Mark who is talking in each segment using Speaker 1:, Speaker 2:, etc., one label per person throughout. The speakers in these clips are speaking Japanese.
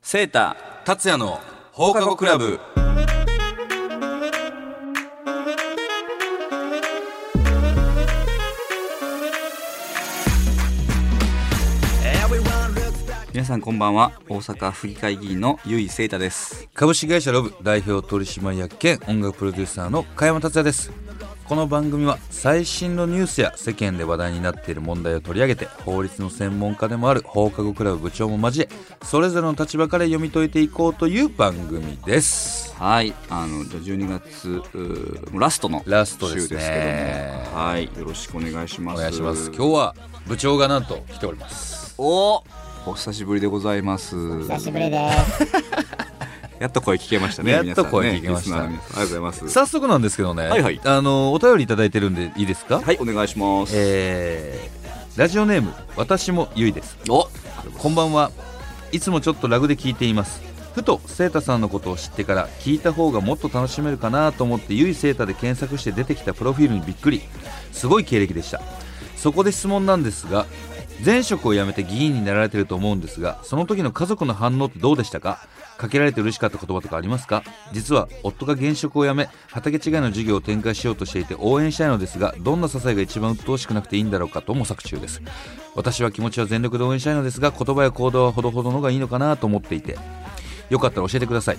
Speaker 1: セータ
Speaker 2: 達也の放課後クラブ
Speaker 1: 皆さんこんばんは大阪府議会議員の由井聖太です
Speaker 2: 株式会社ロブ代表取締役兼音楽プロデューサーの加山達也ですこの番組は最新のニュースや世間で話題になっている問題を取り上げて法律の専門家でもある放課後クラブ部長も交えそれぞれの立場から読み解いていこうという番組です
Speaker 1: はいあのじゃあ12月うーもうラストの
Speaker 2: ラストですね
Speaker 1: 週ですけどもはいよろしくお願いしま
Speaker 2: お
Speaker 1: す
Speaker 2: 願いします今日は部長がなんと来ております
Speaker 1: おお久しぶりでございます
Speaker 3: 久しぶりです。
Speaker 1: やっと声聞けましたね
Speaker 2: やっ
Speaker 1: 皆
Speaker 2: と
Speaker 1: さんね
Speaker 2: 声聞けました
Speaker 1: リスナーの皆さんありがとうございます
Speaker 2: 早速なんですけどね、
Speaker 1: はいはい
Speaker 2: あのお便りいただいてるんでいいですか
Speaker 1: はいお願いします、
Speaker 2: えーラジオネーム私もゆいです
Speaker 1: お
Speaker 2: こんばんはいつもちょっとラグで聞いていますふとセータさんのことを知ってから聞いた方がもっと楽しめるかなと思ってゆいセータで検索して出てきたプロフィールにびっくりすごい経歴でしたそこで質問なんですが前職を辞めて議員になられてると思うんですがその時の家族の反応ってどうでしたかかけられて嬉しかった言葉とかありますか実は夫が現職を辞め畑違いの事業を展開しようとしていて応援したいのですがどんな支えが一番鬱陶しくなくていいんだろうかと模索中です私は気持ちは全力で応援したいのですが言葉や行動はほどほどのがいいのかなと思っていてよかったら教えてください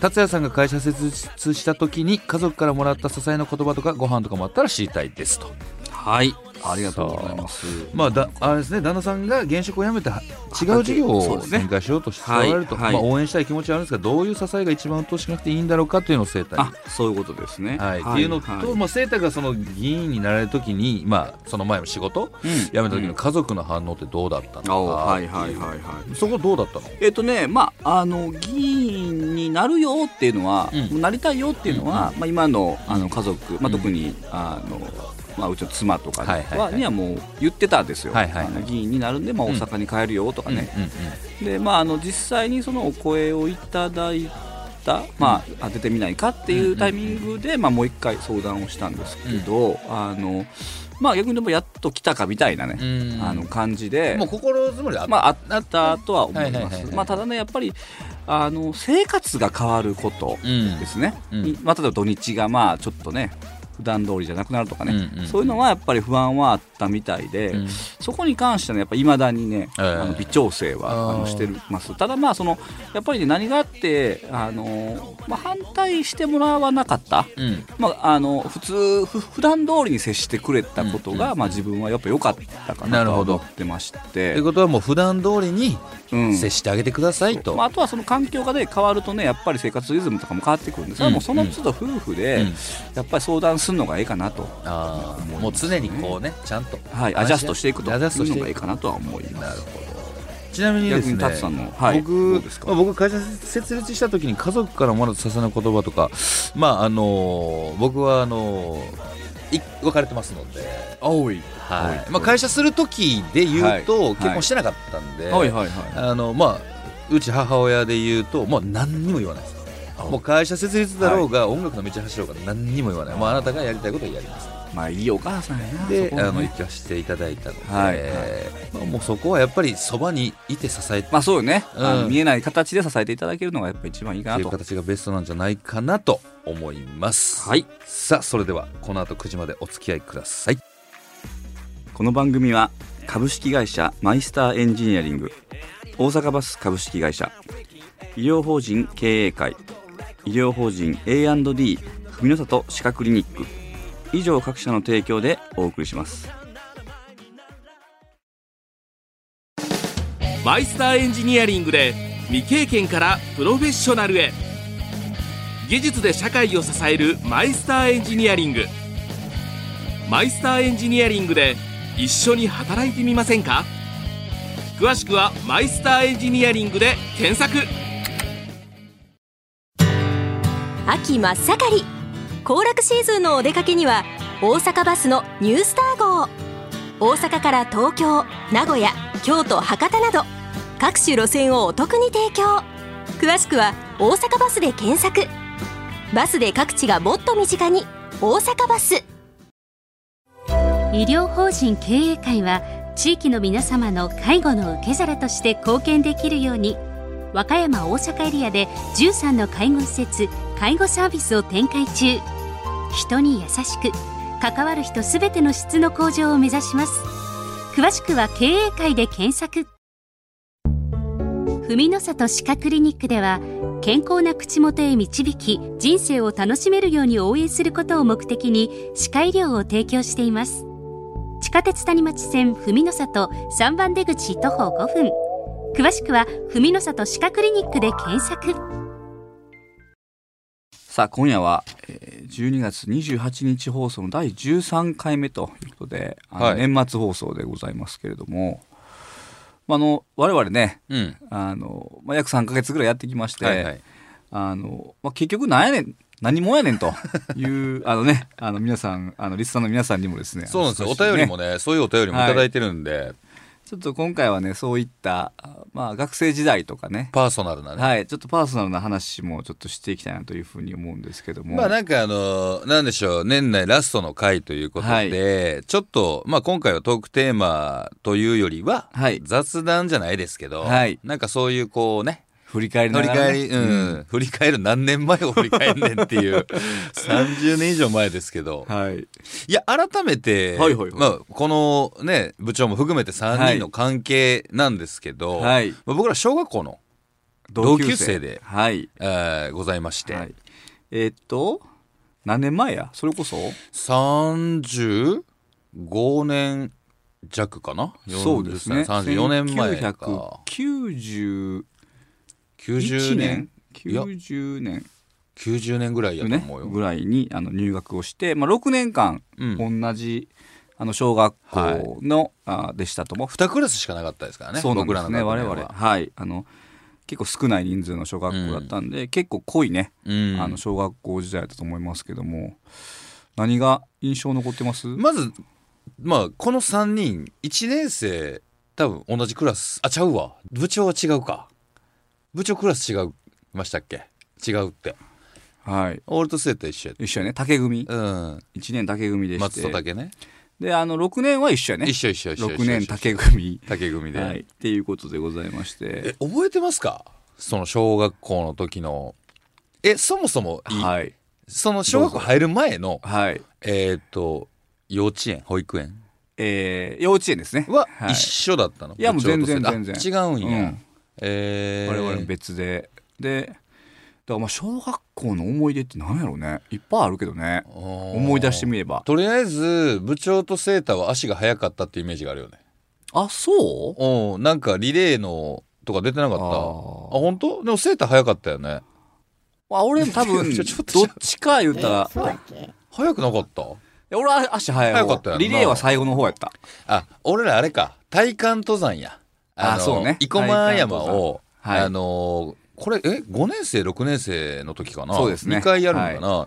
Speaker 2: 達也さんが会社設立した時に家族からもらった支えの言葉とかご飯とかもあったら知りたいですと
Speaker 1: はいありがとうございます
Speaker 2: まあ、だあれですね旦那さんが現職を辞めては違う事業
Speaker 1: そう
Speaker 2: を
Speaker 1: ですね
Speaker 2: 展開しようとしておられると、
Speaker 1: はいはい
Speaker 2: まあ、応援したい気持ちはあるんですがどういう支えが一番うっとうしくなくていいんだろうかというのを生態
Speaker 1: あそういうことですね
Speaker 2: はい、っていうのと、
Speaker 1: はい
Speaker 2: まあ、生態がその議員になられる時に、まあ、その前の仕事
Speaker 1: うん
Speaker 2: 辞めた時の家族の反応ってどうだったの
Speaker 1: あ
Speaker 2: か、
Speaker 1: はいはいはいはい
Speaker 2: そこどうだったの
Speaker 1: えっとねまあ、あの議員になるよっていうのは、
Speaker 2: うん
Speaker 1: もうなりたいよっていうのは、まあ、今のあの家族、まあ、特に、あのまあ、うちの妻とかは、
Speaker 2: はいはいはい
Speaker 1: にはもう言ってたんですよ、
Speaker 2: はいはいはい
Speaker 1: あの議員になるんで、まあ、
Speaker 2: うん
Speaker 1: 大阪に帰るよとかね、
Speaker 2: うんうん
Speaker 1: でまあ、あの実際にそのお声をいただいた、まあ、当ててみないかっていうタイミングで、まあ、もう一回相談をしたんですけど、あのまあ、逆にでもやっと来たかみたいなね、
Speaker 2: うん
Speaker 1: あの感じで。
Speaker 2: もう心づもりであった
Speaker 1: まあ、あったとは思い
Speaker 2: はい
Speaker 1: ま
Speaker 2: はいはい
Speaker 1: す。
Speaker 2: はい
Speaker 1: まあ、ただね、やっぱり、あの、生活が変わること
Speaker 2: うん
Speaker 1: ですね。
Speaker 2: うん
Speaker 1: にまあ、例えば土日が、まあ、ちょっとね、普段通りじゃなくなるとかね、
Speaker 2: うんうん
Speaker 1: そういうのはやっぱり不安はあったみたいで、
Speaker 2: うん
Speaker 1: そこに関してはね、やっぱり未だにね、
Speaker 2: ええ
Speaker 1: あの微調整は
Speaker 2: あー
Speaker 1: あのしてます。ただまあ、その、やっぱりね、何があって、あの、まあ、反対してもらわなかった。
Speaker 2: うん
Speaker 1: まあ、あの普通ふ普段通りに接してくれたことが、まあ、自分はやっぱ良かったかな
Speaker 2: な
Speaker 1: と
Speaker 2: る
Speaker 1: は
Speaker 2: ほど
Speaker 1: 思ってまして
Speaker 2: ということはもう普段通りに
Speaker 1: うん
Speaker 2: 接してあげてくださいと、
Speaker 1: まあ、あとはその環境が、ね、変わるとねやっぱり生活リズムとかも変わってくるんですが、
Speaker 2: うん
Speaker 1: もうその都度夫婦で、
Speaker 2: うん
Speaker 1: やっぱり相談するのがいいかなと、
Speaker 2: あーもう常にこうねちゃんと、
Speaker 1: はい、アジャストしていくとい
Speaker 2: ア
Speaker 1: う
Speaker 2: ジャストして
Speaker 1: の
Speaker 2: い
Speaker 1: がいい
Speaker 2: く
Speaker 1: かなとは思いま
Speaker 2: なる
Speaker 1: す。
Speaker 2: ほどちなみにですね
Speaker 1: 逆に達さんのはいど
Speaker 2: 僕
Speaker 1: うですか
Speaker 2: まあ、僕会社設立した時に家族からもらった笹の言葉とかまああのー僕はあのーい別れてますので、
Speaker 1: 青い
Speaker 2: はい
Speaker 1: はい
Speaker 2: まあ、会社する時で言うと、
Speaker 1: はい
Speaker 2: 結婚してなかったんで、
Speaker 1: はいはいは
Speaker 2: あのまあうち母親で言うともう何にも言わないですもう会社設立だろうが、音楽の道走ろうが何にも言わないもうあなたがやりたいことをやります
Speaker 1: いまあいいお母さんやな
Speaker 2: で、
Speaker 1: そこは
Speaker 2: あの
Speaker 1: ね
Speaker 2: 行かせていただいたので、
Speaker 1: はい
Speaker 2: まあ、もうそこはやっぱりそばにいて支えて
Speaker 1: まあそうよね、あの
Speaker 2: うん
Speaker 1: 見えない形で支えていただけるのがやっぱ一番いいか
Speaker 2: って
Speaker 1: な
Speaker 2: いう
Speaker 1: と
Speaker 2: 形がベストなんじゃないかなと思います、
Speaker 1: はい
Speaker 2: さあそれではこの後9時までお付き合いください
Speaker 1: この番組は株式会社マイスターエンジニアリング大阪バス株式会社医療法人経営会医療法人 A&D 文の里歯科クリニック以上各社の提供でお送りします
Speaker 4: マイスターエンジニアリングで未経験からプロフェッショナルへ技術で社会を支えるマイスターエンジニアリングマイスターエンジニアリングで一緒に働いてみませんか詳しくは「マイスターエンジニアリング」で検索
Speaker 5: 秋真っ盛り行楽シーズンのお出かけには大阪バスのニュースター号大阪から東京名古屋京都博多など各種路線をお得に提供詳しくは「大阪バス」で検索バスで各地がもっと身近に「大阪バス」
Speaker 6: 医療法人経営会は地域の皆様の介護の受け皿として貢献できるように和歌山大阪エリアで13の介護施設介護サービスを展開中人に優しく関わる人すべての質の向上を目指します詳しくは経営会で検索ふみの里歯科クリニックでは健康な口元へ導き人生を楽しめるように応援することを目的に歯科医療を提供しています地下鉄谷町線ふみの里3番出口徒歩5分詳しくはふみの里歯科クリニックで検索
Speaker 1: さあ今夜は、えー、12月28日放送の第13回目ということであの、
Speaker 2: はい
Speaker 1: 年末放送でございますけれども、まあ、あの我々ね
Speaker 2: うん。
Speaker 1: あの、まあ、約3か月ぐらいやってきまして、
Speaker 2: はいはい。
Speaker 1: あのまあ、結局なんやねん何もやねん というあのねあの皆さんあのリスナーの皆さんにもですね
Speaker 2: そうなんですよ。
Speaker 1: あ
Speaker 2: お
Speaker 1: の少しね
Speaker 2: 便りもね、そういうお便りもいただいてるんで、
Speaker 1: ちょっと今回はねそういった、あまあ、学生時代とかね
Speaker 2: パーソナルなね。
Speaker 1: はい、ちょっとパーソナルな話もちょっとしていきたいなというふうに思うんですけども、
Speaker 2: まあなんかあのーなんでしょう年内ラストの回ということで、ちょっとまあ今回はトークテーマというよりは、
Speaker 1: はい
Speaker 2: 雑談じゃないですけど、
Speaker 1: はい
Speaker 2: なんかそういうこうね
Speaker 1: 振り返り
Speaker 2: 振
Speaker 1: な
Speaker 2: り
Speaker 1: がらね、
Speaker 2: 返り、うん振り返る何年前を振り返んねんっていう 30年以上前ですけど、
Speaker 1: はい、
Speaker 2: いや改めて、
Speaker 1: はいはいはい
Speaker 2: まあ、このね部長も含めて3人の関係なんですけど、
Speaker 1: はい
Speaker 2: まあ僕ら小学校の、同級生で
Speaker 1: はい、
Speaker 2: えーございまして、
Speaker 1: はい、えーっと何年前やそれこそ
Speaker 2: 35年弱かな
Speaker 1: そうですね
Speaker 2: 34年前か
Speaker 1: 1991
Speaker 2: 90年
Speaker 1: 年
Speaker 2: いや
Speaker 1: 90年
Speaker 2: 90年ぐらいやと
Speaker 1: ね
Speaker 2: 思うよ、
Speaker 1: ぐらいにあの入学をして、まあ、6年間
Speaker 2: うん、
Speaker 1: 同じ、あの小学校の、あでしたとも
Speaker 2: 2クラスしかなかったですからね
Speaker 1: そうなん
Speaker 2: 僕
Speaker 1: で
Speaker 2: ら
Speaker 1: す
Speaker 2: の
Speaker 1: ね
Speaker 2: 学
Speaker 1: 我
Speaker 2: 年は
Speaker 1: 々はいあの結構少ない人数の小学校だったんで、結構濃いね、
Speaker 2: うん
Speaker 1: あの小学校時代だと思いますけども何が印象残ってます、
Speaker 2: まずまあこの3人1年生多分同じクラスあちゃうわ部長は違うか部長クラス違いましたっけ違うって
Speaker 1: はい
Speaker 2: 俺と生徒一緒や
Speaker 1: 一緒やね竹組
Speaker 2: うん
Speaker 1: 1年竹組でして
Speaker 2: 松戸竹ね
Speaker 1: であの6年は一緒やね
Speaker 2: 一緒一緒一緒一緒
Speaker 1: 6年竹組
Speaker 2: 竹組で、
Speaker 1: はいっていうことでございまして
Speaker 2: え覚えてますかその小学校の時のえそもそもいい、
Speaker 1: はい
Speaker 2: その小学校入る前の
Speaker 1: はい
Speaker 2: えーっ、と幼稚園保育園
Speaker 1: えー、幼稚園ですね
Speaker 2: は
Speaker 1: はい
Speaker 2: 一緒だったの、
Speaker 1: いやもう
Speaker 2: 部長と生
Speaker 1: 全
Speaker 2: 徒
Speaker 1: 然全然
Speaker 2: あ違うんや、
Speaker 1: うん
Speaker 2: えー
Speaker 1: 我々別ででだからまあ小学校の思い出って何やろうねいっぱいあるけどね
Speaker 2: 思
Speaker 1: 思い出してみれば
Speaker 2: とりあえず部長とセータは足が速かったってイメージがあるよね
Speaker 1: あそう
Speaker 2: うんなんかリレーのとか出てなかった
Speaker 1: あ
Speaker 2: あ
Speaker 1: ー
Speaker 2: 本当でもセータ速かったよね
Speaker 1: あ俺多分
Speaker 2: ち
Speaker 1: ど
Speaker 2: ょちょっと
Speaker 1: っちか言うたら
Speaker 2: 速くなかった
Speaker 1: いや俺は足早い方
Speaker 2: 早かったよな
Speaker 1: リレーは最後の方やった
Speaker 2: あ俺らあれか体感登山や
Speaker 1: あ
Speaker 2: の
Speaker 1: そうね
Speaker 2: 生駒山を、
Speaker 1: 体感登山はい
Speaker 2: あのこれえ5年生6年生の時かな
Speaker 1: そうですね
Speaker 2: 2回やるのかな、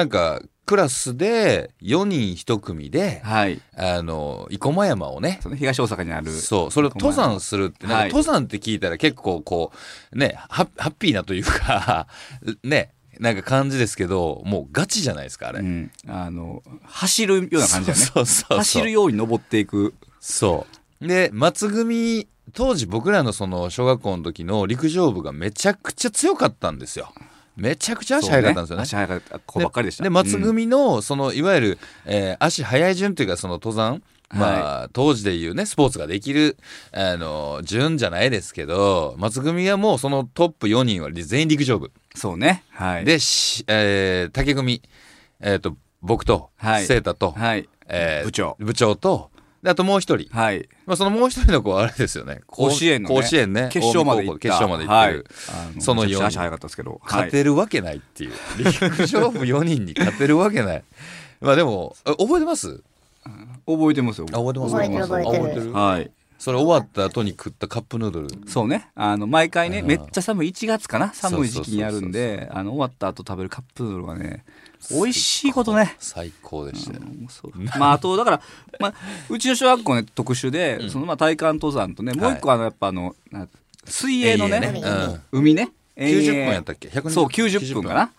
Speaker 2: なんかクラスで4人1組で、
Speaker 1: はい
Speaker 2: あの生駒山をね
Speaker 1: その東大阪にある
Speaker 2: そうそれを登山するってなんか
Speaker 1: はい
Speaker 2: 登山って聞いたら結構こうねハハッピーなというか ねなんか感じですけどもうガチじゃないですかあれ、
Speaker 1: うん、あの走るような感じだね
Speaker 2: そうそうそうそう
Speaker 1: 走るように登っていく
Speaker 2: そう。で、松組、当時僕らのその小学校の時の陸上部がめちゃくちゃ強かったんですよ。めちゃくちゃ足速かったんですよね。
Speaker 1: 足早かった子ばっかりでした
Speaker 2: で松組のそのいわゆる、えー足速い順というかその登山、まあ、当時でいうねスポーツができるあの順じゃないですけど松組はもうそのトップ4人は全員陸上部
Speaker 1: そうねはい
Speaker 2: で、しえー竹組、えー、と僕と
Speaker 1: はい
Speaker 2: セータと、
Speaker 1: はい
Speaker 2: えー
Speaker 1: 部長
Speaker 2: 部長とであともう一人
Speaker 1: はい
Speaker 2: まあ、そのもう一人の子はあれですよね。
Speaker 1: 甲子園の、ね、
Speaker 2: 甲子園ね。
Speaker 1: 決勝まで行った
Speaker 2: 近江高校決勝まで行ってる。
Speaker 1: はいあの
Speaker 2: その
Speaker 1: めちゃくちゃ
Speaker 2: 四人
Speaker 1: 足早かったですけど
Speaker 2: 勝てるわけないっていう。陸上部4人に勝てるわけない。まあでも、え覚えてます
Speaker 1: はい、覚えてますよ
Speaker 2: あ覚えてます
Speaker 3: 覚えてる覚え
Speaker 2: あ
Speaker 3: てる
Speaker 2: 覚えてる
Speaker 1: はい
Speaker 2: それ終わった後に食ったカップヌードル。
Speaker 1: そうねあの毎回ね
Speaker 2: あー
Speaker 1: めっちゃ寒い1月かな寒い時期にやるん
Speaker 2: そう
Speaker 1: であの終わった後食べるカップヌードルがね美味しいことね
Speaker 2: 最高でしたよ。
Speaker 1: うんそうまああとだから、まあ、うちの小学校ね特殊で、そのまあ体幹登山とねもう一個あのやっぱあの、な水泳のね
Speaker 2: 遠泳ね
Speaker 1: 海ね
Speaker 2: うん。90分やったっけ ?120 分。
Speaker 1: そう90分かな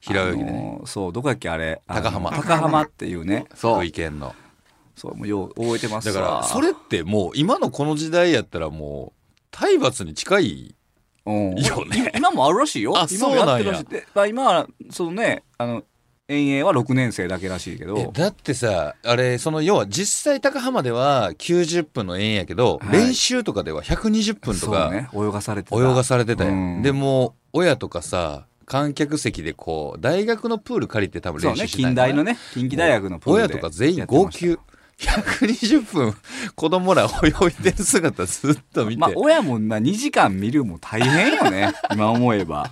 Speaker 2: 平泳ぎで
Speaker 1: あ
Speaker 2: ね。
Speaker 1: のーそうどこやっけあれあの
Speaker 2: 高浜
Speaker 1: 高浜っていうねそ
Speaker 2: 福
Speaker 1: う
Speaker 2: 井県の。
Speaker 1: そうもうよう覚えてます
Speaker 2: だ
Speaker 1: わ
Speaker 2: から、それってもう今のこの時代やったらもう体罰に近い
Speaker 1: うん
Speaker 2: いいよね
Speaker 1: 今もあるらしいよ
Speaker 2: あ
Speaker 1: 今もやってるらしい
Speaker 2: そ
Speaker 1: でまあ今はそのねあの遠泳は6年生だけらしいけ
Speaker 2: え
Speaker 1: ど
Speaker 2: だってさあれその要は実際高浜では90分の円やけど、
Speaker 1: はい
Speaker 2: 練習とかでは120分と
Speaker 1: そう
Speaker 2: か
Speaker 1: ね泳がされてた
Speaker 2: 泳がされてたよ、
Speaker 1: うん
Speaker 2: でもう親とかさ観客席でこう大学のプール借りて多分
Speaker 1: そう
Speaker 2: 練
Speaker 1: ね
Speaker 2: 習してた
Speaker 1: 近
Speaker 2: んだ
Speaker 1: 代のね近畿大学のプール
Speaker 2: 親
Speaker 1: で
Speaker 2: とか全員号
Speaker 1: やっ
Speaker 2: 泣120分子供ら泳いでる姿ずっと見
Speaker 1: て
Speaker 2: て、
Speaker 1: ましたまあ親もまあ2時間見るも大変よね 今思えば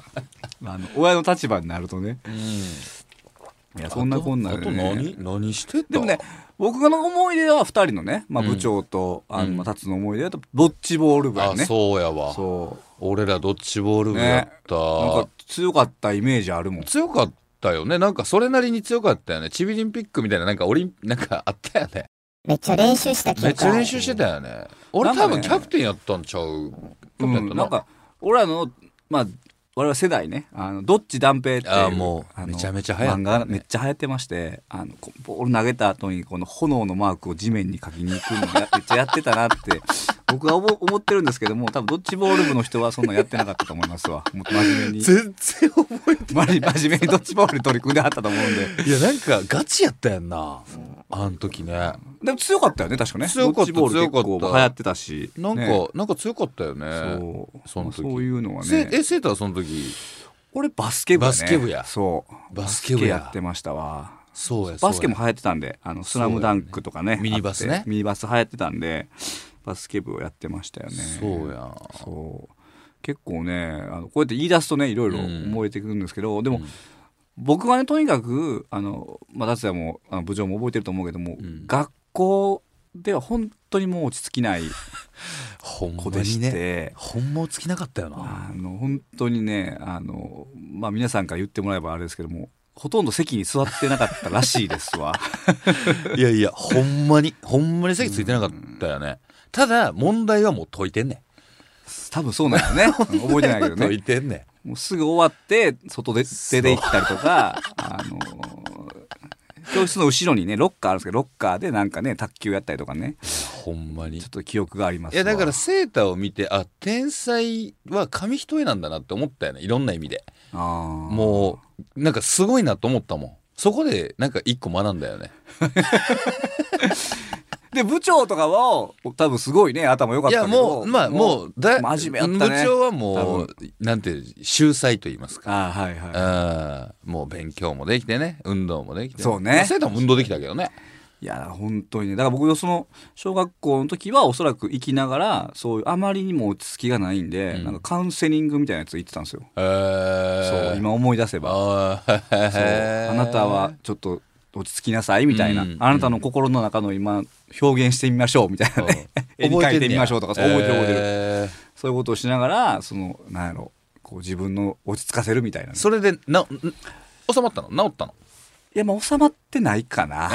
Speaker 1: あの親の立場になるとねいやそんなこんな
Speaker 2: あ
Speaker 1: で
Speaker 2: と
Speaker 1: ね
Speaker 2: 何何してた
Speaker 1: でもね僕の思い出は2人のね、まあ、
Speaker 2: うん
Speaker 1: 部長と、あ
Speaker 2: うん
Speaker 1: の達の思い出だとボッチボール部や
Speaker 2: あ
Speaker 1: ね
Speaker 2: そうやわ
Speaker 1: そう
Speaker 2: 俺らドッジボール部やった、
Speaker 1: なんか強かったイメージあるもん。
Speaker 2: 強かったよねなんかそれなりに強かったよねチビリンピックみたいななんかオリンなんかあったよね
Speaker 3: めっちゃ練習した記憶
Speaker 2: めっちゃ練
Speaker 3: 習
Speaker 2: 習してたよね俺
Speaker 1: なんか
Speaker 2: 多
Speaker 1: ね
Speaker 2: 分キャプテンやったんちゃうキャプテンやった
Speaker 1: うんなんか俺らのまあ我々世代ね、あのどっち断平っていう
Speaker 2: あーもう
Speaker 1: あの
Speaker 2: めちゃめちゃ流行ったね
Speaker 1: 漫画がめっちゃ流行ってまして、あのこうボール投げた後にこの炎のマークを地面に書きに行くのやめっちゃやってたなって 僕は思思ってるんですけども、多分どっちボール部の人はそんなやってなかったと思いますわ。もっと真面目に、
Speaker 2: 全然覚えて
Speaker 1: まじ真面目にどっちボールに取り組んではったと思うんで、
Speaker 2: いやなんかガチやったやんなあの時ね
Speaker 1: でも強かったよね確かね。
Speaker 2: 強かっ
Speaker 1: ドッジ
Speaker 2: た
Speaker 1: ボール結構
Speaker 2: 強かった
Speaker 1: 流行ってたし、
Speaker 2: なんか、
Speaker 1: ね
Speaker 2: なんか強かったよね
Speaker 1: そう
Speaker 2: その時
Speaker 1: そういうのは
Speaker 2: せ
Speaker 1: ね。
Speaker 2: えセーターはその時
Speaker 1: 俺バスケ部、ね、
Speaker 2: バスケ部や
Speaker 1: そう
Speaker 2: バスケ部や
Speaker 1: バスケやってましたわ
Speaker 2: そうや
Speaker 1: バスケも
Speaker 2: そう
Speaker 1: 流行ってたんで「あのスラムダンクとかね
Speaker 2: そうやねミニバスね
Speaker 1: あってミニバス流行ってたんでバスケ部をやってましたよね
Speaker 2: やそうやん
Speaker 1: そう結構ねあのこうやって言い出すとねいろいろ思えてくるんですけど、でも、僕はねとにかくあの、まあ、達也もあの部長も覚えてると思うけども、
Speaker 2: ん
Speaker 1: 学校では本当にもう落ち着きない
Speaker 2: ほん
Speaker 1: 子
Speaker 2: ま
Speaker 1: で
Speaker 2: に
Speaker 1: し
Speaker 2: ね
Speaker 1: て。
Speaker 2: ほんま落ちきなかったよな
Speaker 1: あの本当にねあの、まあ、皆さんから言ってもらえばあれですけどもほとんど席に座ってなかったらしいです わ
Speaker 2: いやいや、ほんまに、ほんまに席ついてなかったよね。ただ、問題はもう解いてんね
Speaker 1: 多分そうなんだ よね覚えてないけど
Speaker 2: ん。解い
Speaker 1: ね
Speaker 2: てんねん。
Speaker 1: もうすぐ終わって外で出て行ったりとかあの教室の後ろにねロッカーあるんですけどロッカーでなんかね卓球やったりとかね
Speaker 2: ほんまに。い
Speaker 1: ちょっと記憶がありますわ
Speaker 2: や、だから、セータを見て、あ、天才は紙一重なんだなって思ったよね。いろんな意味で。
Speaker 1: も
Speaker 2: もう、なんかすごいなと思ったもん。そこで、なんか一個学んだよね。
Speaker 1: うで部長とかは多分すごいね頭良かっ
Speaker 2: い
Speaker 1: た
Speaker 2: や、
Speaker 1: けど
Speaker 2: もう、まあ、もう、だ、
Speaker 1: 真面目やったね
Speaker 2: 部長はもう、なんていう、秀才と言いますか。
Speaker 1: あーはいはい
Speaker 2: あーもう勉強もできてね運動もできて
Speaker 1: そうね
Speaker 2: まあセータも運動できたけどね
Speaker 1: いや本当にねだから僕のその小学校の時はおそらく生きながらそういうあまりにも落ち着きがないんで、
Speaker 2: うん
Speaker 1: なんかカウンセリングみたいなやつ行ってたんですよ、
Speaker 2: えー、
Speaker 1: そう今思い出せば、
Speaker 2: あ
Speaker 1: そうあなたはちょっと落ち着きなさいみたいな、
Speaker 2: うん
Speaker 1: あなたの心の中の今表現してみましょうみたいな ね 絵に描いてみましょうとかそう覚えてる覚えてる、
Speaker 2: え
Speaker 1: そういうことをしながらそのなんやろこう自分の落ち着かせるみたいなね、
Speaker 2: それでな収まったの治ったの
Speaker 1: いやまあ収まってないか な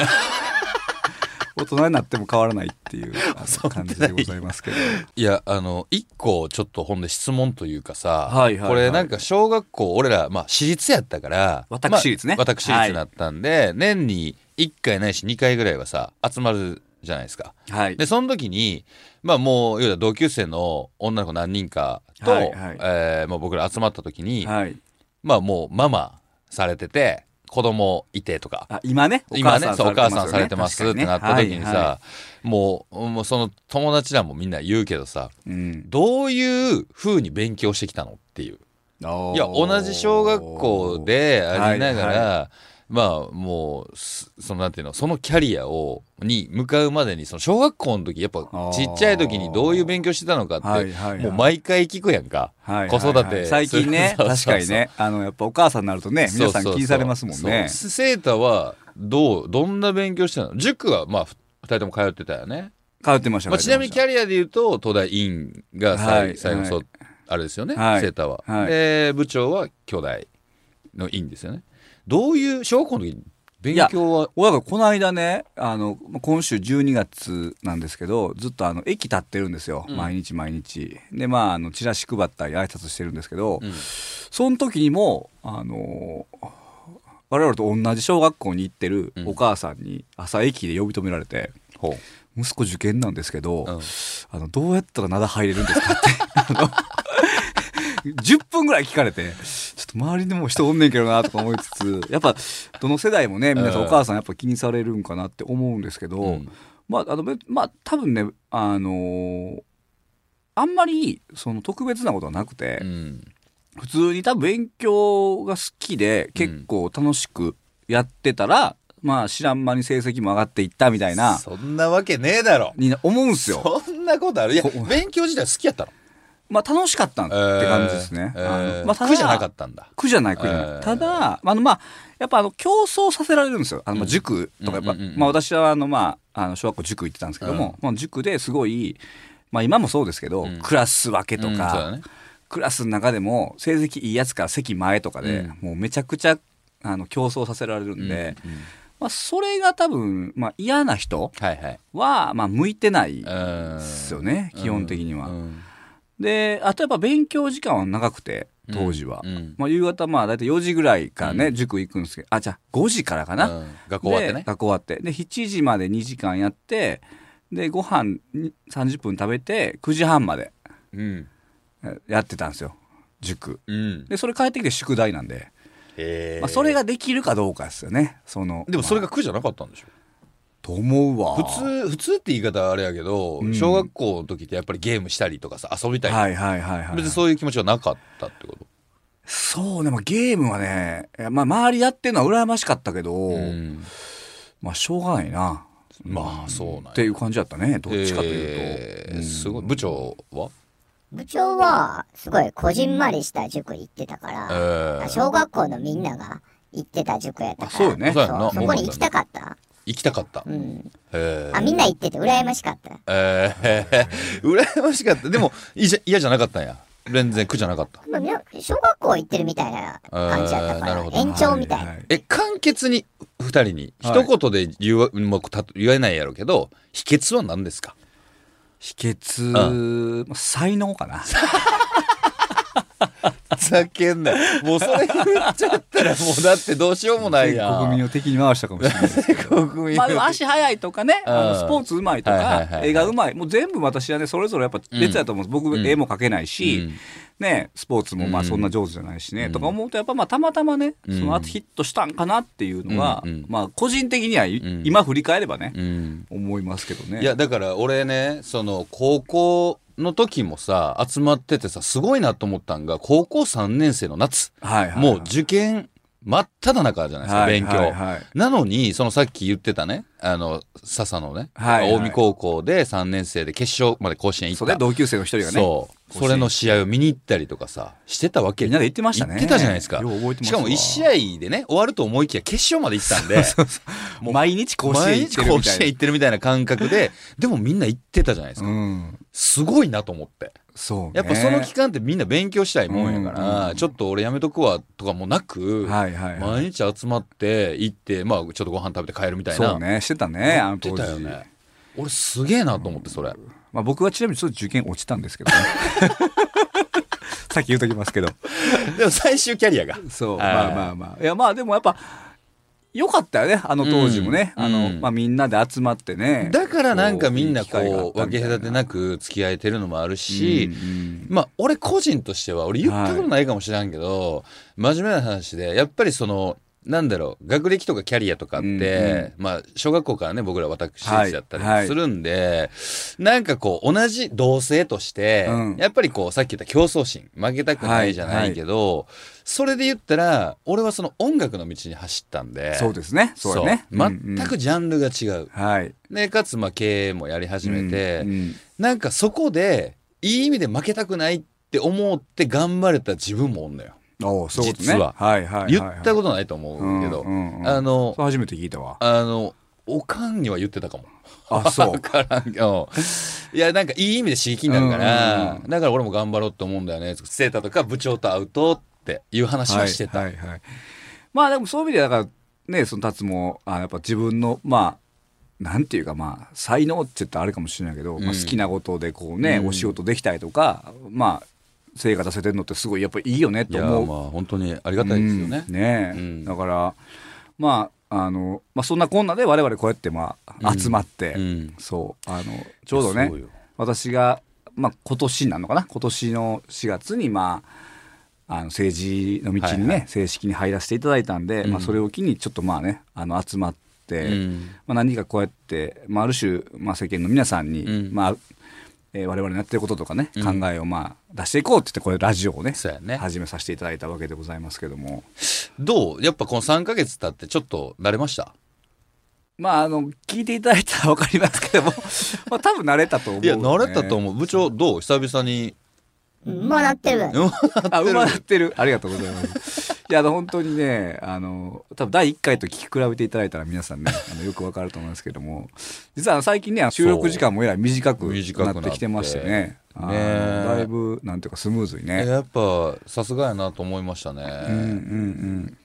Speaker 1: 大人になっても変わらないっていうあの感じでございますけど。
Speaker 2: いやあの一個ちょっとほんで質問というかさ、
Speaker 1: はいはいはい
Speaker 2: これなんか小学校俺ら、まあ、私立やったから
Speaker 1: 私立ね
Speaker 2: まあ私立だったんで、年に1回ないし2回ぐらいはさ集まるじゃないですか
Speaker 1: はい
Speaker 2: でその時にまあもう要は同級生の女の子何人かと、
Speaker 1: はいはい
Speaker 2: えーまあ、僕ら集まった時に、
Speaker 1: はい。
Speaker 2: まあもうママされてて子供いてとか
Speaker 1: あ、今ね、
Speaker 2: 今ねそうお母さんされてます
Speaker 1: よ
Speaker 2: っ
Speaker 1: ね
Speaker 2: てなった時に
Speaker 1: 確か
Speaker 2: さ、、もうもうその友達らもみんな言うけどさ
Speaker 1: にね
Speaker 2: どういう風に勉強してきたのっていう
Speaker 1: はいうん。
Speaker 2: いや同じ小学校でありながら、
Speaker 1: はい
Speaker 2: まあもうすそのなんていうのそのキャリアをに向かうまでにその小学校の時やっぱ
Speaker 1: ー
Speaker 2: ちっちゃい時にどういう勉強してたのかって、
Speaker 1: はいはいはい
Speaker 2: もう毎回聞くやんか、
Speaker 1: はい
Speaker 2: 子育て
Speaker 1: 最近ね、
Speaker 2: そうそう
Speaker 1: 確
Speaker 2: そう
Speaker 1: かにね、あの、やっぱお母さんになるとね、皆さん気にされますもんね。
Speaker 2: そうセータはどうどんな勉強してたの塾はまあふ二人とも通ってたよね、
Speaker 1: 通ってました、
Speaker 2: まあ、ちなみにキ
Speaker 1: ャ
Speaker 2: ャリアで言うと東大院が最,、
Speaker 1: はい
Speaker 2: 最後そう、
Speaker 1: はい
Speaker 2: あれですよね、
Speaker 1: はい
Speaker 2: セータは、
Speaker 1: はい
Speaker 2: で部長は兄弟の院ですよねどういう小学校の時勉強は
Speaker 1: 親がこの間ね、あの、まあ今週12月なんですけど、ずっとあの、駅立ってるんですよ。
Speaker 2: うん
Speaker 1: 毎日毎日。で、まあ、あの、チラシ配ったり挨拶してるんですけど、
Speaker 2: うん
Speaker 1: その時にも、あのー我々と同じ小学校に行ってる
Speaker 2: うん
Speaker 1: お母さんに朝駅で呼び止められて、
Speaker 2: ほ
Speaker 1: 息子受験なんですけど、
Speaker 2: ううん
Speaker 1: あのどうやったら灘入れるんですかってあの10分ぐらい聞かれて、ちょっと周りでも人おんねんけどなとか思いつつ、やっぱ、どの世代もね、皆さんお母さんやっぱ気にされるんかなって思うんですけど、
Speaker 2: うん
Speaker 1: まあ、あの、べまあ、多分ね、あのーあんまり、その特別なことはなくて、
Speaker 2: うん
Speaker 1: 普通に多分勉強が好きで、結構楽しくやってたら、まあ、知らん間に成績も上がっていったみたいな、
Speaker 2: そんなわけねえだろ
Speaker 1: に思うんすよ。
Speaker 2: そんなことあるいや
Speaker 1: こ
Speaker 2: 勉強自体好きやったの
Speaker 1: まあ楽しかったって感じですね。
Speaker 2: えー
Speaker 1: あ
Speaker 2: え
Speaker 1: の
Speaker 2: ー
Speaker 1: まあただ
Speaker 2: 苦じゃなかったんだ
Speaker 1: 苦じゃない苦じゃない。
Speaker 2: えー
Speaker 1: ただあのまあやっぱあの競争させられるんですよ。あのまあ塾とかやっぱ、
Speaker 2: うんうんうんうん
Speaker 1: まあ私はあのまああの小学校塾行ってたんですけども、まあ塾ですごいまあ今もそうですけど、
Speaker 2: ん
Speaker 1: クラス分けと
Speaker 2: うんそう
Speaker 1: か、
Speaker 2: だね
Speaker 1: クラスの中でも成績いいやつから席前とかで、
Speaker 2: うん
Speaker 1: もうめちゃくちゃあの競争させられるんで、まあそれが多分まあ嫌な人
Speaker 2: はいはい
Speaker 1: はまあ向いてないで
Speaker 2: うん
Speaker 1: すよね、基本的には。
Speaker 2: うん
Speaker 1: であとやっぱ勉強時間は長くて当時は、
Speaker 2: うん
Speaker 1: まあ、夕方まあ大体4時ぐらいからね、塾行くんですけどあじゃあ5時からかな、
Speaker 2: うん学校終わって
Speaker 1: で
Speaker 2: ね
Speaker 1: 学校終わってで7時まで2時間やってでご飯に30分食べて9時半まで
Speaker 2: うん
Speaker 1: えやってたんですよ塾
Speaker 2: うん
Speaker 1: でそれ帰ってきて宿題なんで、
Speaker 2: へえ
Speaker 1: まあ、それができるかどうかですよねその
Speaker 2: でもそれ
Speaker 1: ま
Speaker 2: が苦じゃなかったんでしょ
Speaker 1: あと思うわ
Speaker 2: 普通普通って言い方はあれやけど、
Speaker 1: うん
Speaker 2: 小学校の時ってやっぱりゲームしたりとかさ遊びたい、
Speaker 1: はいはいはいはい
Speaker 2: 別にそういう気持ちはなかったってこと、
Speaker 1: そうでもゲームはね、いやまあ、周りやってるのは羨ましかったけど、
Speaker 2: うん
Speaker 1: まあしょうがないな
Speaker 2: まあそうなんや
Speaker 1: っていう感じだったねどっちかという
Speaker 2: え
Speaker 1: と、
Speaker 2: ー
Speaker 1: うん
Speaker 2: すごい部長は
Speaker 3: 部長は、すごいこじんまりした塾行ってたから、
Speaker 2: えー
Speaker 3: 小学校のみんなが行ってた塾やったから、
Speaker 1: あそうよね
Speaker 2: そうやんな
Speaker 3: そこに行きたかった。
Speaker 2: 行きたかった、
Speaker 3: うん。
Speaker 2: え
Speaker 3: あ、みんな行ってて羨ましかった。
Speaker 2: えー、羨ましかったでもいいじゃ嫌じゃなかったんや全然苦じゃなかった
Speaker 3: まあみんな小学校行ってるみたいな感じやったか
Speaker 2: あーなる
Speaker 3: ら
Speaker 2: ほ、ど
Speaker 3: 延長みたいな。
Speaker 1: はは
Speaker 2: え簡潔に二人に
Speaker 1: はい
Speaker 2: 一言で言わ、もうた言えないやろうけど秘訣は何ですか
Speaker 1: 秘訣、まあ才能かな
Speaker 2: ふざけんなよもうそれ言っちゃったらもうだってどうしようもないやん
Speaker 1: 国民を敵に回したかもしれないですけど
Speaker 2: 国民
Speaker 1: まあでも足速いとかね、あ
Speaker 2: うん
Speaker 1: のスポーツうまいとか、
Speaker 2: はいはいはいはい
Speaker 1: 絵がうまいもう全部私はねそれぞれやっぱ別だと思うんです、僕
Speaker 2: ん
Speaker 1: 絵も描けないし、
Speaker 2: うん
Speaker 1: ね、スポーツもまあそんな上手じゃないしね、
Speaker 2: うん
Speaker 1: とか思うとやっぱまあたまたまね、
Speaker 2: うん
Speaker 1: その後ヒットしたんかなっていうのが、
Speaker 2: うんうん
Speaker 1: まあ個人的には、い
Speaker 2: うん
Speaker 1: 今振り返ればね、
Speaker 2: うん
Speaker 1: 思いますけどね。
Speaker 2: いやだから俺ねその高校の時もさ集まっててさすごいなと思ったんが高校3年生の夏
Speaker 1: はいはいはい
Speaker 2: もう受験真っ只中じゃないですか、
Speaker 1: はい
Speaker 2: 勉強、
Speaker 1: はいはい
Speaker 2: なのにそのさっき言ってたねあの笹のね、
Speaker 1: はいはい
Speaker 2: 近江高校で3年生で決勝まで甲子園行
Speaker 1: そ
Speaker 2: っ
Speaker 1: うね
Speaker 2: た
Speaker 1: 同級生の一人がね
Speaker 2: そう。それの試合を見に行ったりとかさ、してたわけ。
Speaker 1: みんなで行ってましたね
Speaker 2: 行ってたじゃないですか。
Speaker 1: よう覚えてますわ
Speaker 2: しかも1試合でね、終わると思いきや決勝まで行った んで、もう
Speaker 1: 毎日甲子園
Speaker 2: 毎
Speaker 1: 行って
Speaker 2: 日
Speaker 1: るみたいな
Speaker 2: 甲子園行ってるみたいな感覚で、でもみんな行ってたじゃないですか。
Speaker 1: うん
Speaker 2: すごいなと思って。
Speaker 1: そうね
Speaker 2: やっぱその期間ってみんな勉強したいもんやから、
Speaker 1: うん
Speaker 2: ちょっと俺やめとくわとかもなく、
Speaker 1: はいはいはい
Speaker 2: 毎日集まって行って、まあちょっとご飯食べて帰るみたいな。
Speaker 1: そうねしてたねあの
Speaker 2: 出
Speaker 1: 当
Speaker 2: たよ
Speaker 1: 時、
Speaker 2: ね。俺すげえなと思って、それ。
Speaker 1: まあ、僕はちなみにちょっと受験落ちたんです けどねさっき言うときますけど
Speaker 2: でも最終キャリアが。
Speaker 1: そう
Speaker 2: はい
Speaker 1: まあまあまあいやまあでもやっぱよかったよねあの当時もね、
Speaker 2: うん
Speaker 1: あの
Speaker 2: うん
Speaker 1: まあ、みんなで集まってね
Speaker 2: だからなんかみんな
Speaker 1: いい機会があ
Speaker 2: こ
Speaker 1: っ
Speaker 2: う
Speaker 1: た
Speaker 2: 分
Speaker 1: みた
Speaker 2: け
Speaker 1: い
Speaker 2: 隔てなく付き合えてるのもあるし、
Speaker 1: うんうん
Speaker 2: まあ俺個人としては俺言ったことないかもしれんけど、真面目な話でやっぱりそのなんだろう学歴とかキャリアとかって、
Speaker 1: うんう
Speaker 2: まあ小学校からね僕ら私
Speaker 1: はい
Speaker 2: 立だったりもするんで、なんかこう同じ同性として、
Speaker 1: うん
Speaker 2: やっぱりこうさっき言った競争心負けたくないじゃないけど、それで言ったら俺はその音楽の道に走ったんで
Speaker 1: そうですねそうやね
Speaker 2: そう
Speaker 1: うんうん
Speaker 2: 全くジャンルが違う。
Speaker 1: はい
Speaker 2: でかつまあ経営もやり始めて、
Speaker 1: うんうん
Speaker 2: なんかそこでいい意味で負けたくないって思って頑張れた自分もおんのよ、
Speaker 1: おうそういうことね
Speaker 2: 実は
Speaker 1: はいはいはいはい、
Speaker 2: 言ったことないと思うけど、
Speaker 1: うんうんうん
Speaker 2: あの
Speaker 1: そう初めて聞いたわ
Speaker 2: あのおかんには言ってたかも。
Speaker 1: あそう
Speaker 2: わからんけどいやなんかいい意味で刺激になるから、
Speaker 1: うんうんう
Speaker 2: だから俺も頑張ろうって思うんだよねセーターとか部長と会うとっていう話はしてた、
Speaker 1: はいはいはいまあでもそういう意味でだからねその達もあやっぱ自分のまあなんていうかまあ才能って言ったらあれかもしれないけど、まあ、好きなことでこうね、お仕事できたりとかまあ成果出せてるのってすごいやっぱいいよね
Speaker 2: い
Speaker 1: と
Speaker 2: や
Speaker 1: 思う。
Speaker 2: まあ本当にありがたいですよね
Speaker 1: う、んねえ
Speaker 2: うん
Speaker 1: だからまああの、まあ、そんなこんなで我々こうやってまあ集まって、
Speaker 2: うん
Speaker 1: そうあのちょうど
Speaker 2: いや
Speaker 1: ね
Speaker 2: そうよ
Speaker 1: 私が、まあ、今年なのかな今年の4月にまああの政治の道にね、
Speaker 2: はい
Speaker 1: 正式に入らせていただいたんで、まあ、それを機にちょっとまあねあの集まって、
Speaker 2: うん
Speaker 1: まあ、何かこうやって、まあ、ある種、まあ、世間の皆さんに、
Speaker 2: うん
Speaker 1: まあえー我々のやってることとかね、考えをまあ出していこうって言ってこれラジオをね
Speaker 2: そうやね
Speaker 1: 始めさせていただいたわけでございますけども
Speaker 2: どうやっぱこの3ヶ月経ってちょっと慣れました
Speaker 1: まああの聞いていただいたら分かりますけ どもまあ多分慣れたと思う、
Speaker 2: いや慣れたと
Speaker 1: う
Speaker 2: 思う部長どう久々に
Speaker 3: まあなってる。
Speaker 1: あ、馬なってる。ありがとうござい ます。いや、あの本当にね、あの、多分第1回と聞き比べていただいたら皆さんね、あのよくわかると思いますけども、実はあの最近ね、収録時間もえらい短く
Speaker 2: 短くなって
Speaker 1: なってきてましてね、あの
Speaker 2: ねえ
Speaker 1: だいぶ、なんていうかスムーズにね、
Speaker 2: やっぱさすがやなと思いました
Speaker 1: うんうんう
Speaker 2: ね、
Speaker 1: ん。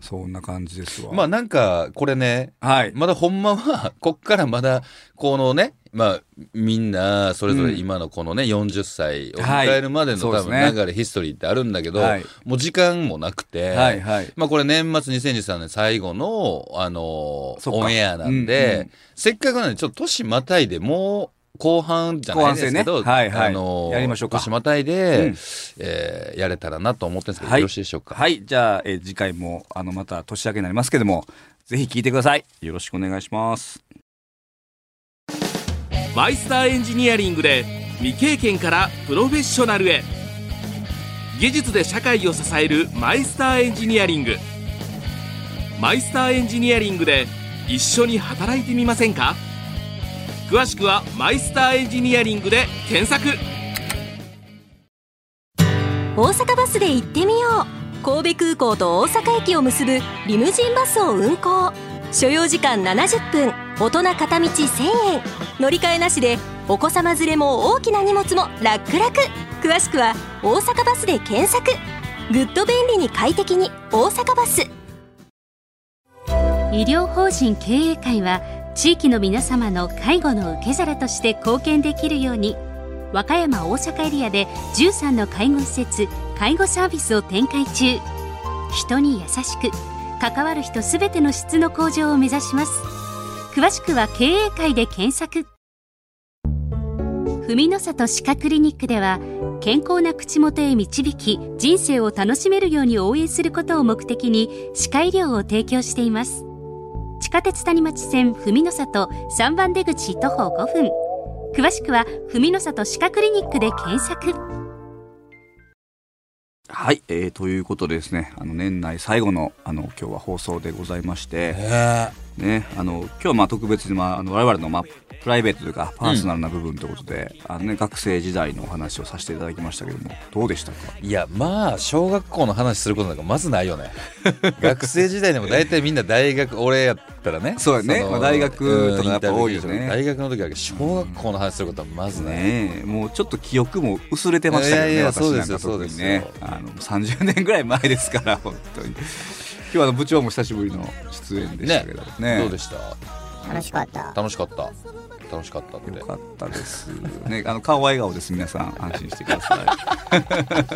Speaker 1: そんな感じですわ。
Speaker 2: まあなんかこれね
Speaker 1: はい。
Speaker 2: まだほんまは、 こっからまだ、このね、まあ、みんな、それぞれ
Speaker 1: うん
Speaker 2: 今のこのね、40歳を
Speaker 1: はい
Speaker 2: 迎えるまでの
Speaker 1: そうで
Speaker 2: 多
Speaker 1: すね
Speaker 2: 分流れ、ヒストリーってあるんだけど
Speaker 1: はい、
Speaker 2: もう時間もなくて、
Speaker 1: はいはい。
Speaker 2: まあこれ年末2023年最後の、あのー
Speaker 1: そっか
Speaker 2: オンエアなん
Speaker 1: うんう
Speaker 2: で
Speaker 1: ん、
Speaker 2: せっかくなんで、ちょっと年またいで、もう、後半じゃ
Speaker 1: 後
Speaker 2: ない
Speaker 1: 半
Speaker 2: で
Speaker 1: 戦
Speaker 2: すけ
Speaker 1: ね
Speaker 2: ど、
Speaker 1: はいはい
Speaker 2: あのー
Speaker 1: やりましょうか
Speaker 2: 年またいで、
Speaker 1: うん
Speaker 2: えーやれたらなと思ってるんですけど、
Speaker 1: はい
Speaker 2: よろしいでしょうか。
Speaker 1: はい。じゃあ、えー次回も、あの、また年明けになりますけども、ぜひ聞いてください。よろしくお願いします。
Speaker 4: マイスターエンジニアリングで未経験からプロフェッショナルへ技術で社会を支えるマイスターエンジニアリングマイスターエンジニアリングで一緒に働いてみませんか詳しくは「マイスターエンジニアリング」で検索
Speaker 5: 大阪バスで行ってみよう神戸空港と大阪駅を結ぶリムジンバスを運行所要時間70分大人片道1000円乗り換えなしでお子様連れも大きな荷物もラックラク詳しくは「大阪バス」で検索グッド便利に快適に大阪バス
Speaker 6: 医療法人経営会は地域の皆様の介護の受け皿として貢献できるように和歌山大阪エリアで13の介護施設介護サービスを展開中人に優しく関わる人すべての質の向上を目指します詳しくは経営会で検索文の里歯科クリニックでは健康な口元へ導き人生を楽しめるように応援することを目的に歯科医療を提供しています地下鉄谷町線文の里3番出口徒歩5分詳しくは文の里歯科クリニックで検索
Speaker 1: はい、えーということでですねあの年内最後のあの今日は放送でございまして、
Speaker 2: え
Speaker 1: ね、あの今日はまあ特別に、まあ、あの我々の、まあ、プライベートというかパーソナルな部分ということで、あのね、学生時代のお話をさせていただきましたけどもどうでしたか
Speaker 2: ーいや、まあ、小学校の話することなんかまずない よね。学生時代でも大体みんな大学、俺やったらね。
Speaker 1: そうやね
Speaker 2: の
Speaker 1: まあ大学とかやっぱ多いよね
Speaker 2: インタビュー記事とか大学の時は小学校の話することはまずない。
Speaker 1: ねえもうちょっと記憶も薄れてましたけどね
Speaker 2: いやいや
Speaker 1: 私なんか
Speaker 2: そう
Speaker 1: 特
Speaker 2: です
Speaker 1: にね
Speaker 2: そうです
Speaker 1: あの30年ぐらい前ですから 本当に今日はあの部長も久しぶりの出演でしたけどね
Speaker 2: どうでした
Speaker 3: 楽しかった。
Speaker 2: 楽しかった楽しかったって
Speaker 1: よかったですねあの顔は笑顔です皆さん安心してください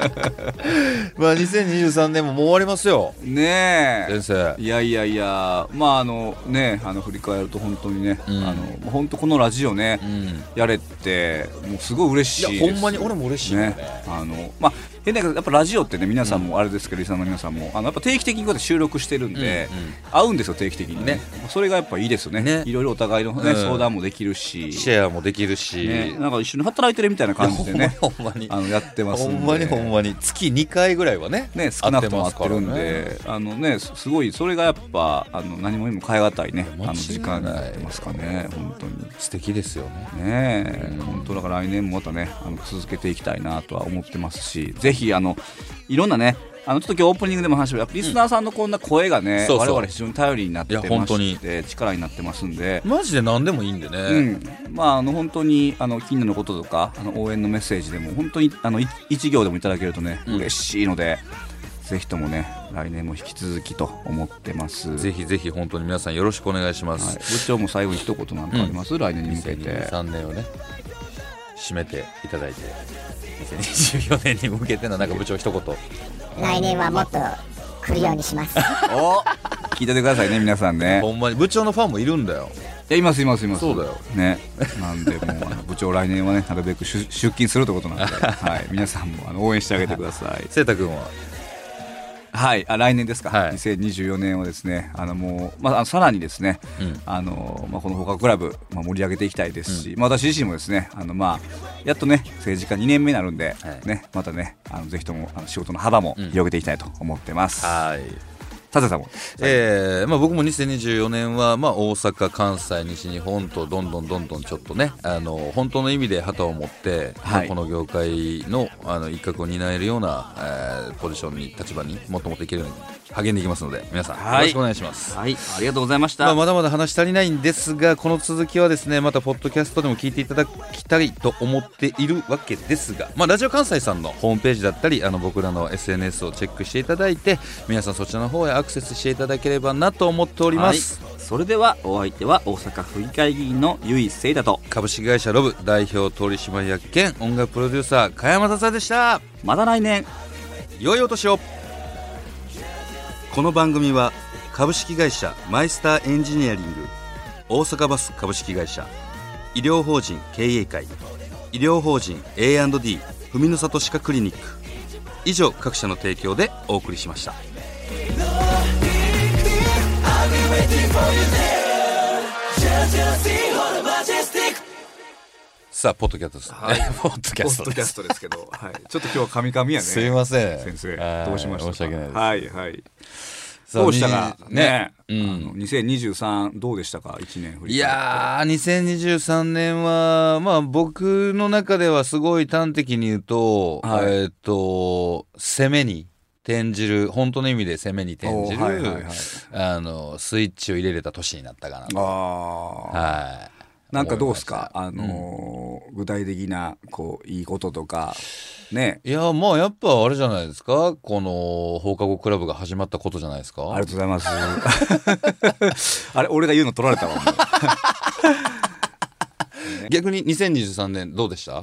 Speaker 2: まあ2023年ももう終わりますよ
Speaker 1: ねえ
Speaker 2: 先生
Speaker 1: いやいやいやまああのねあの振り返ると本当にね、
Speaker 2: うん
Speaker 1: あの本当このラジオね、
Speaker 2: うん
Speaker 1: やれってもうすごい嬉しいです
Speaker 2: いやほんまに俺も嬉しいよね
Speaker 1: あのまあ変だけどやっぱラジオってね皆さんもあれですけど、リスナーの皆さんもあのやっぱ定期的にこうやって収録してるんで、
Speaker 2: うんうん
Speaker 1: 合うんですよ定期的にね
Speaker 2: ね
Speaker 1: それがやっぱいいですよね
Speaker 2: ね
Speaker 1: いろいろお互いの、ね
Speaker 2: うん
Speaker 1: 相談もできるし、
Speaker 2: シェアもできるし、
Speaker 1: ね、なんか一緒に働いてるみたいな感じでね
Speaker 2: ほんまにほ
Speaker 1: あ
Speaker 2: んま
Speaker 1: の
Speaker 2: に
Speaker 1: やってます
Speaker 2: ほ
Speaker 1: んで
Speaker 2: んまにほんまに月2回ぐらいはね
Speaker 1: ね、少なくとも合
Speaker 2: 会
Speaker 1: ってるん
Speaker 2: ます
Speaker 1: で、あのね、すすごい、それがやっぱ、あの、何もにも変え難いね、あ
Speaker 2: 間違いない
Speaker 1: の時間になってますかね、本当に。
Speaker 2: 素敵ですよね
Speaker 1: ねえ、本当だから来年もまたね、あの続けていきたいなとは思ってますし、ぜひあの、いろんなね。あのちょっと今日オープニングでも話したけどやっぱリスナーさんのこんな声がね、
Speaker 2: そうそう
Speaker 1: 我々非常に頼りになって
Speaker 2: いや本
Speaker 1: ま
Speaker 2: 当に
Speaker 1: して力になってますんで、
Speaker 2: マジで何でもいいんでね、
Speaker 1: うん、まああの本当にあの近年のこととかあの応援のメッセージでも本当にあのい一行でもいただけるとね、
Speaker 2: うん
Speaker 1: 嬉しいのでぜひともね来年も引き続きと思ってます。
Speaker 2: ぜひぜひ本当に皆さんよろしくお願いしま
Speaker 1: はい、
Speaker 2: す、
Speaker 1: 部長も最後に一言なんかあります、来年に向けて。
Speaker 2: 2023年をね締めていただいて2024年に向けてのなんか部長一言
Speaker 3: 来年はもっと来るようにします。
Speaker 1: お聞いててくださいね皆さんね。
Speaker 2: ほんまに部長のファンもいるんだよ。
Speaker 1: やいますいますいます
Speaker 2: そうだよ
Speaker 1: ねなんでもうあの部長来年はねなるべく出出勤するということなんで、はい、皆さんもあの応援してあげてください
Speaker 2: セータ君は
Speaker 1: はい、あ来年ですか、
Speaker 2: はい
Speaker 1: 2024年はですね、あのもう、まああの、さらにですね、
Speaker 2: うん
Speaker 1: あのまあ、この放課後クラブ、まあ、盛り上げていきたいですし、まあ、私自身もですねあの、まあ、やっとね、政治家2年目になるんで、
Speaker 2: はい
Speaker 1: ね、またね、あのぜひともあの仕事の幅も
Speaker 2: うん
Speaker 1: 広げていきたいと思ってます。
Speaker 2: はい
Speaker 1: さてさんも、
Speaker 2: えーまあ、僕も2024年は、まあ、大阪、関西、西日本とどんどんどんどんちょっとねあの本当の意味で旗を持って、
Speaker 1: はい
Speaker 2: まあこの業界のあの一角を担えるような、えーポジションに立場にもっともっといけるように励んでいきますので皆さん
Speaker 7: はい
Speaker 2: よろしくお願いします。
Speaker 7: はい、ありがとうございまし
Speaker 2: ま
Speaker 7: た。
Speaker 2: あ、まだまだ話足りないんですがこの続きはですねまたポッドキャストでも聞いていただきたいと思っているわけですが、まあ、ラジオ関西さんのホームページだったりあの僕らの SNS をチェックしていただいて皆さんそちらの方へアクセスしていただければなと思っております、
Speaker 7: はい、それではお相手は大阪府議会議員の由井聖太と
Speaker 2: 株式会社ロブ代表取締役兼音楽プロデューサー加山達也でした
Speaker 7: また来年
Speaker 2: 良いお年を
Speaker 8: この番組は株式会社マイスターエンジニアリング大阪バス株式会社医療法人経営会医療法人 A&D 文の里歯科クリニック以上各社の提供でお送りしました。
Speaker 2: さあポッドキャストです、
Speaker 1: はい
Speaker 2: ポッドキ
Speaker 1: ポ
Speaker 2: ャス
Speaker 1: ッ
Speaker 2: ト
Speaker 1: ド
Speaker 2: で
Speaker 1: キャ
Speaker 2: す
Speaker 1: ストですけど、はい、ちょっと今日はカミカミやね。
Speaker 2: すいません
Speaker 1: 先生
Speaker 2: はい、
Speaker 1: どうしましたか
Speaker 2: 申し訳ないです
Speaker 1: はい、はい。
Speaker 2: さあ
Speaker 1: どうしたか
Speaker 2: に
Speaker 1: ね
Speaker 2: ねうん
Speaker 1: あの2023どうでしたか1年振り返って
Speaker 2: いやー、2023年は、まあ僕の中ではすごい端的に言うと、
Speaker 1: はい
Speaker 2: えーっと、攻めに転じる、本当の意味で攻めに転じる、
Speaker 1: おはいはいはい
Speaker 2: あの、スイッチを入れれた年になったかなと。
Speaker 1: あー
Speaker 2: はい。
Speaker 1: なんかどうですか、
Speaker 2: 思い
Speaker 1: あ
Speaker 2: ました
Speaker 1: のー具体的なこういいこととかね
Speaker 2: いや、まあやっぱあれじゃないですか、この放課後クラブが始まったことじゃないですか。
Speaker 1: ありがとうございます あれ俺が言うの取られたわもう
Speaker 2: 逆に2023年どうでした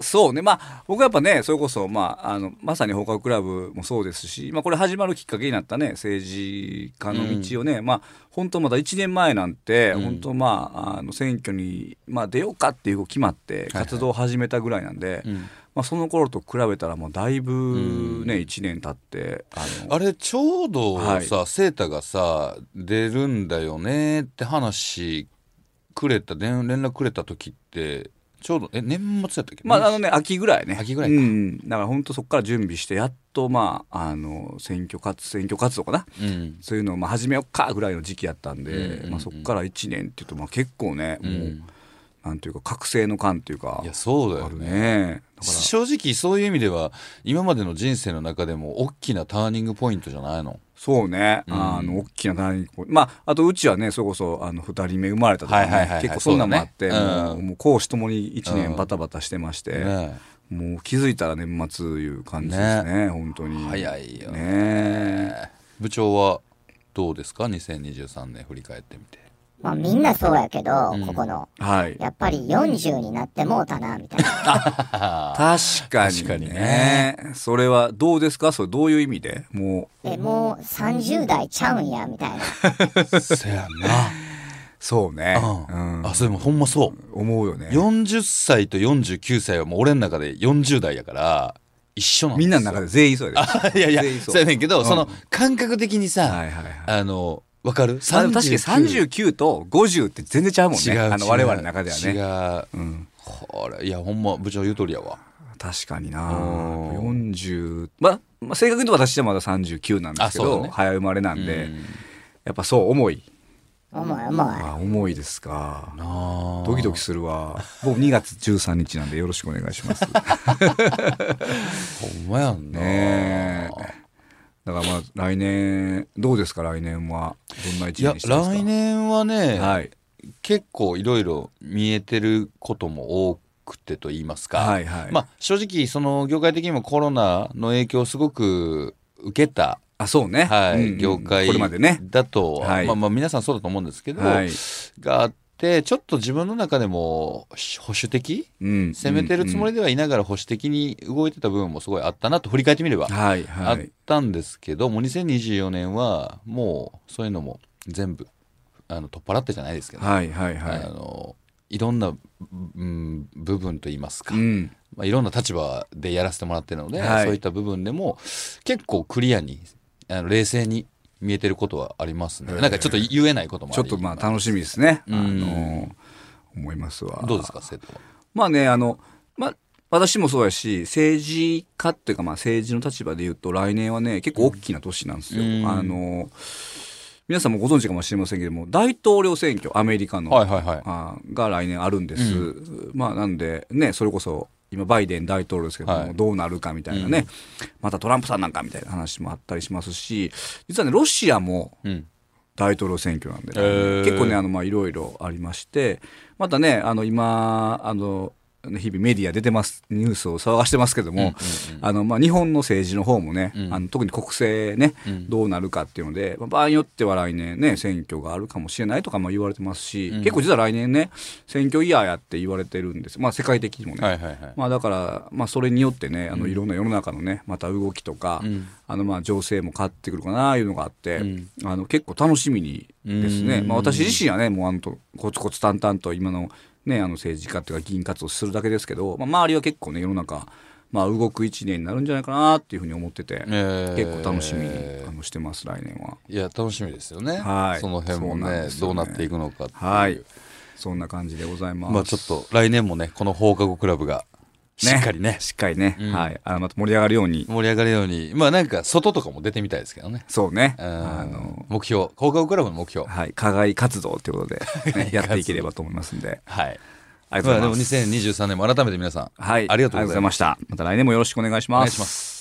Speaker 1: そうねまあ僕はやっぱねそれこそ、まあ、あのまさに放課後クラブもそうですし、まあ、これ始まるきっかけになったね政治家の道をね、まあ本当まだ1年前なんて、
Speaker 2: ん
Speaker 1: 本当まああの選挙に、まあ、出ようかっていう決まって活動を始めたぐらいなんで、
Speaker 2: ん
Speaker 1: まあ、その頃と比べたらもうだいぶね、1年経ってあの
Speaker 2: あれちょうど
Speaker 1: はい
Speaker 2: さ、セータがさ出るんだよねって話くれた連連絡くれた時ってちょうどえ年末やったっけ
Speaker 1: まあ、あ
Speaker 2: 年
Speaker 1: のね秋ぐらいね
Speaker 2: 秋ぐらいか
Speaker 1: うん、だから本当そこから準備してやっとまああの選挙活選挙活動かな
Speaker 2: 始うん
Speaker 1: そういうのをまあ始めようかぐらいの時期やったんで、
Speaker 2: うんうんうん
Speaker 1: まあ、そこから1年っていうとまあ結構ね、
Speaker 2: う
Speaker 1: もうんなんていうか覚醒の感っていうか
Speaker 2: いやそう
Speaker 1: あ
Speaker 2: だよ
Speaker 1: る
Speaker 2: ね
Speaker 1: ねだから
Speaker 2: 正直そういう意味では今までの人生の中でも大きなターニングポイントじゃないの
Speaker 1: そうね、
Speaker 2: うん
Speaker 1: あの大きな何まああとうちはねそれこそあの2人目生まれたとか、ね
Speaker 2: はいはいはいはい
Speaker 1: 結構そんなんもあって
Speaker 2: そうだね
Speaker 1: もう
Speaker 2: うん
Speaker 1: もう公私ともに1
Speaker 2: うん
Speaker 1: 年バタバタしてまして、
Speaker 2: ね
Speaker 1: もう気づいたら年末いう感じですね本当に
Speaker 2: 早いよね
Speaker 1: ね
Speaker 2: 部長はどうですか2023年振り返ってみて
Speaker 3: まあみんなそうやけど、
Speaker 2: うん
Speaker 3: ここの、
Speaker 1: はい
Speaker 3: やっぱり40になってもうたな、みたいな。
Speaker 1: 確かにね
Speaker 2: 確かにね
Speaker 1: それはどうですかそれどういう意味でもう
Speaker 3: え、もう30代ちゃうんや、みたいな。
Speaker 2: せや
Speaker 1: そうね、う
Speaker 2: な、
Speaker 1: ん
Speaker 2: あそれもほんまそう
Speaker 1: 思うよね
Speaker 2: 40歳と49歳はもう俺の中で40代やから一緒なんです
Speaker 1: み
Speaker 2: よ
Speaker 1: んなの中で全員そうやで
Speaker 2: いやいや
Speaker 1: 全員そ
Speaker 2: そ
Speaker 1: う
Speaker 2: うやねんけど、
Speaker 1: うん
Speaker 2: その感覚的にさ、
Speaker 1: はいはいはい
Speaker 2: あのわかる
Speaker 1: まあでも確かに39と50って全然ちゃうもんね
Speaker 2: 違う
Speaker 1: あの
Speaker 2: 違う
Speaker 1: 我々の中ではね、
Speaker 2: 違う、
Speaker 1: うん、
Speaker 2: これいやほんま部長言う通りやわ
Speaker 1: 確かにな
Speaker 2: うん
Speaker 1: 40まあまあ正確に言うと私はまだ39なんですけ
Speaker 2: あそ
Speaker 1: ど、
Speaker 2: うだね
Speaker 1: 早生まれなんで、
Speaker 2: うん
Speaker 1: やっぱそう重い
Speaker 3: 重い重い。
Speaker 1: あ重いですか
Speaker 2: あー
Speaker 1: ドキドキするわ僕2月13日なんでよろしくお願いし ます
Speaker 2: ほんまやんな、
Speaker 1: ねえだからまあ来年どうですか来年はどんない一年
Speaker 2: や
Speaker 1: にしたんですか
Speaker 2: 来年はね、
Speaker 1: はい
Speaker 2: 結構いろいろ見えてることも多くてと言いますか、
Speaker 1: はいはい
Speaker 2: まあ正直その業界的にもコロナの影響をすごく受けた、
Speaker 1: あそうね
Speaker 2: はい
Speaker 1: うんうん
Speaker 2: 業界
Speaker 1: これまでね
Speaker 2: だと、
Speaker 1: はい
Speaker 2: まあまあ皆さんそうだと思うんですけど、
Speaker 1: はい
Speaker 2: があってちょっと自分の中でも保守的
Speaker 1: うん
Speaker 2: 攻めてるつもり
Speaker 1: で
Speaker 2: ではいながら保守的に動いてた部分もすごいあったなと振り返ってみれば
Speaker 1: はい
Speaker 2: あ
Speaker 1: は
Speaker 2: っ
Speaker 1: い
Speaker 2: たんですけどもう2024年はもうそういうのも全部あの取っ払ってじゃないですけど、
Speaker 1: はいはいは
Speaker 2: あ
Speaker 1: い。
Speaker 2: のいろんな、うん、部分といいますか、
Speaker 1: うん。
Speaker 2: まあ、いろんな立場でやらせてもらってるので、
Speaker 1: はい
Speaker 2: そういった部分でも結構クリアにあの冷静に見えてることはありますね、なんかちょっと言えないこともあ
Speaker 1: ちょ
Speaker 2: り
Speaker 1: っとまあ楽しみですね。あ
Speaker 2: ん
Speaker 1: の思いますわ。
Speaker 2: どうですか生徒は
Speaker 1: まあね、あの、まあ、私もそうやし、政治家っていうか、まあ政治の立場で言うと、来年はね、結構大きな年なんですよ。
Speaker 2: うん
Speaker 1: あの、皆さんもご存知かもしれませんけども、大統領選挙、アメリカの、
Speaker 2: はいはいはい
Speaker 1: あーが来年あるんです。まあ、なんで、ね、それこそ、今、バイデン大統領ですけども、
Speaker 2: はい
Speaker 1: どうなるかみたいなね、またトランプさんなんかみたいな話もあったりしますし、実はね、ロシアも、
Speaker 2: うん
Speaker 1: 大統領選挙なんで、ね
Speaker 2: へー
Speaker 1: 結構ねあのまあいろいろありましてまたねあの今あの日々メディア出てますニュースを騒がしてますけども、あのまあ日本の政治の方もね、あの特に国政ね、どうなるかっていうので、まあ、場合によっては来年ね選挙があるかもしれないとかも言われてますし、結構実は来年ね選挙イヤーやって言われてるんですまあ世界的にもね、
Speaker 2: はいはいはい
Speaker 1: まあ、だから、まあ、それによってねあのいろんな世の中のねまた動きとか、あのまあ情勢も変わってくるかなというのがあって、あの結構楽しみにですね、まあ、私自身はねもうあのとコツコツ淡々と今の,、ね、あの政治家っていうか議員活動するだけですけど、まあ、周りは結構ね世の中、まあ、動く一年になるんじゃないかなっていうふうに思ってて、
Speaker 2: えー
Speaker 1: 結構楽しみにあのしてます来年は。
Speaker 2: いや楽しみですよね、
Speaker 1: はい
Speaker 2: その辺も
Speaker 1: そうなん
Speaker 2: ね
Speaker 1: ですよ
Speaker 2: どう
Speaker 1: ね
Speaker 2: なっていくのかっていう、
Speaker 1: はいそんな感じでございます。
Speaker 2: まあちょっと来年もねこの放課後クラブがしっかりね
Speaker 1: しっかりね、はい、あのまた盛り上がるように、
Speaker 2: 盛り上がるようにまあなんか外とかも出てみたいですけどね
Speaker 1: そうね、
Speaker 2: あ
Speaker 1: あの
Speaker 2: の目標放課後クラブの目標
Speaker 1: はい、課外活動ということで、ね、やっていければと思いますんで、
Speaker 2: はい
Speaker 1: ありがとうございます。
Speaker 2: あでも2023年も改めて皆さん、
Speaker 1: はい、
Speaker 2: ありがとうございま
Speaker 1: ました。また来年もよろしくお願いします。
Speaker 2: お願いします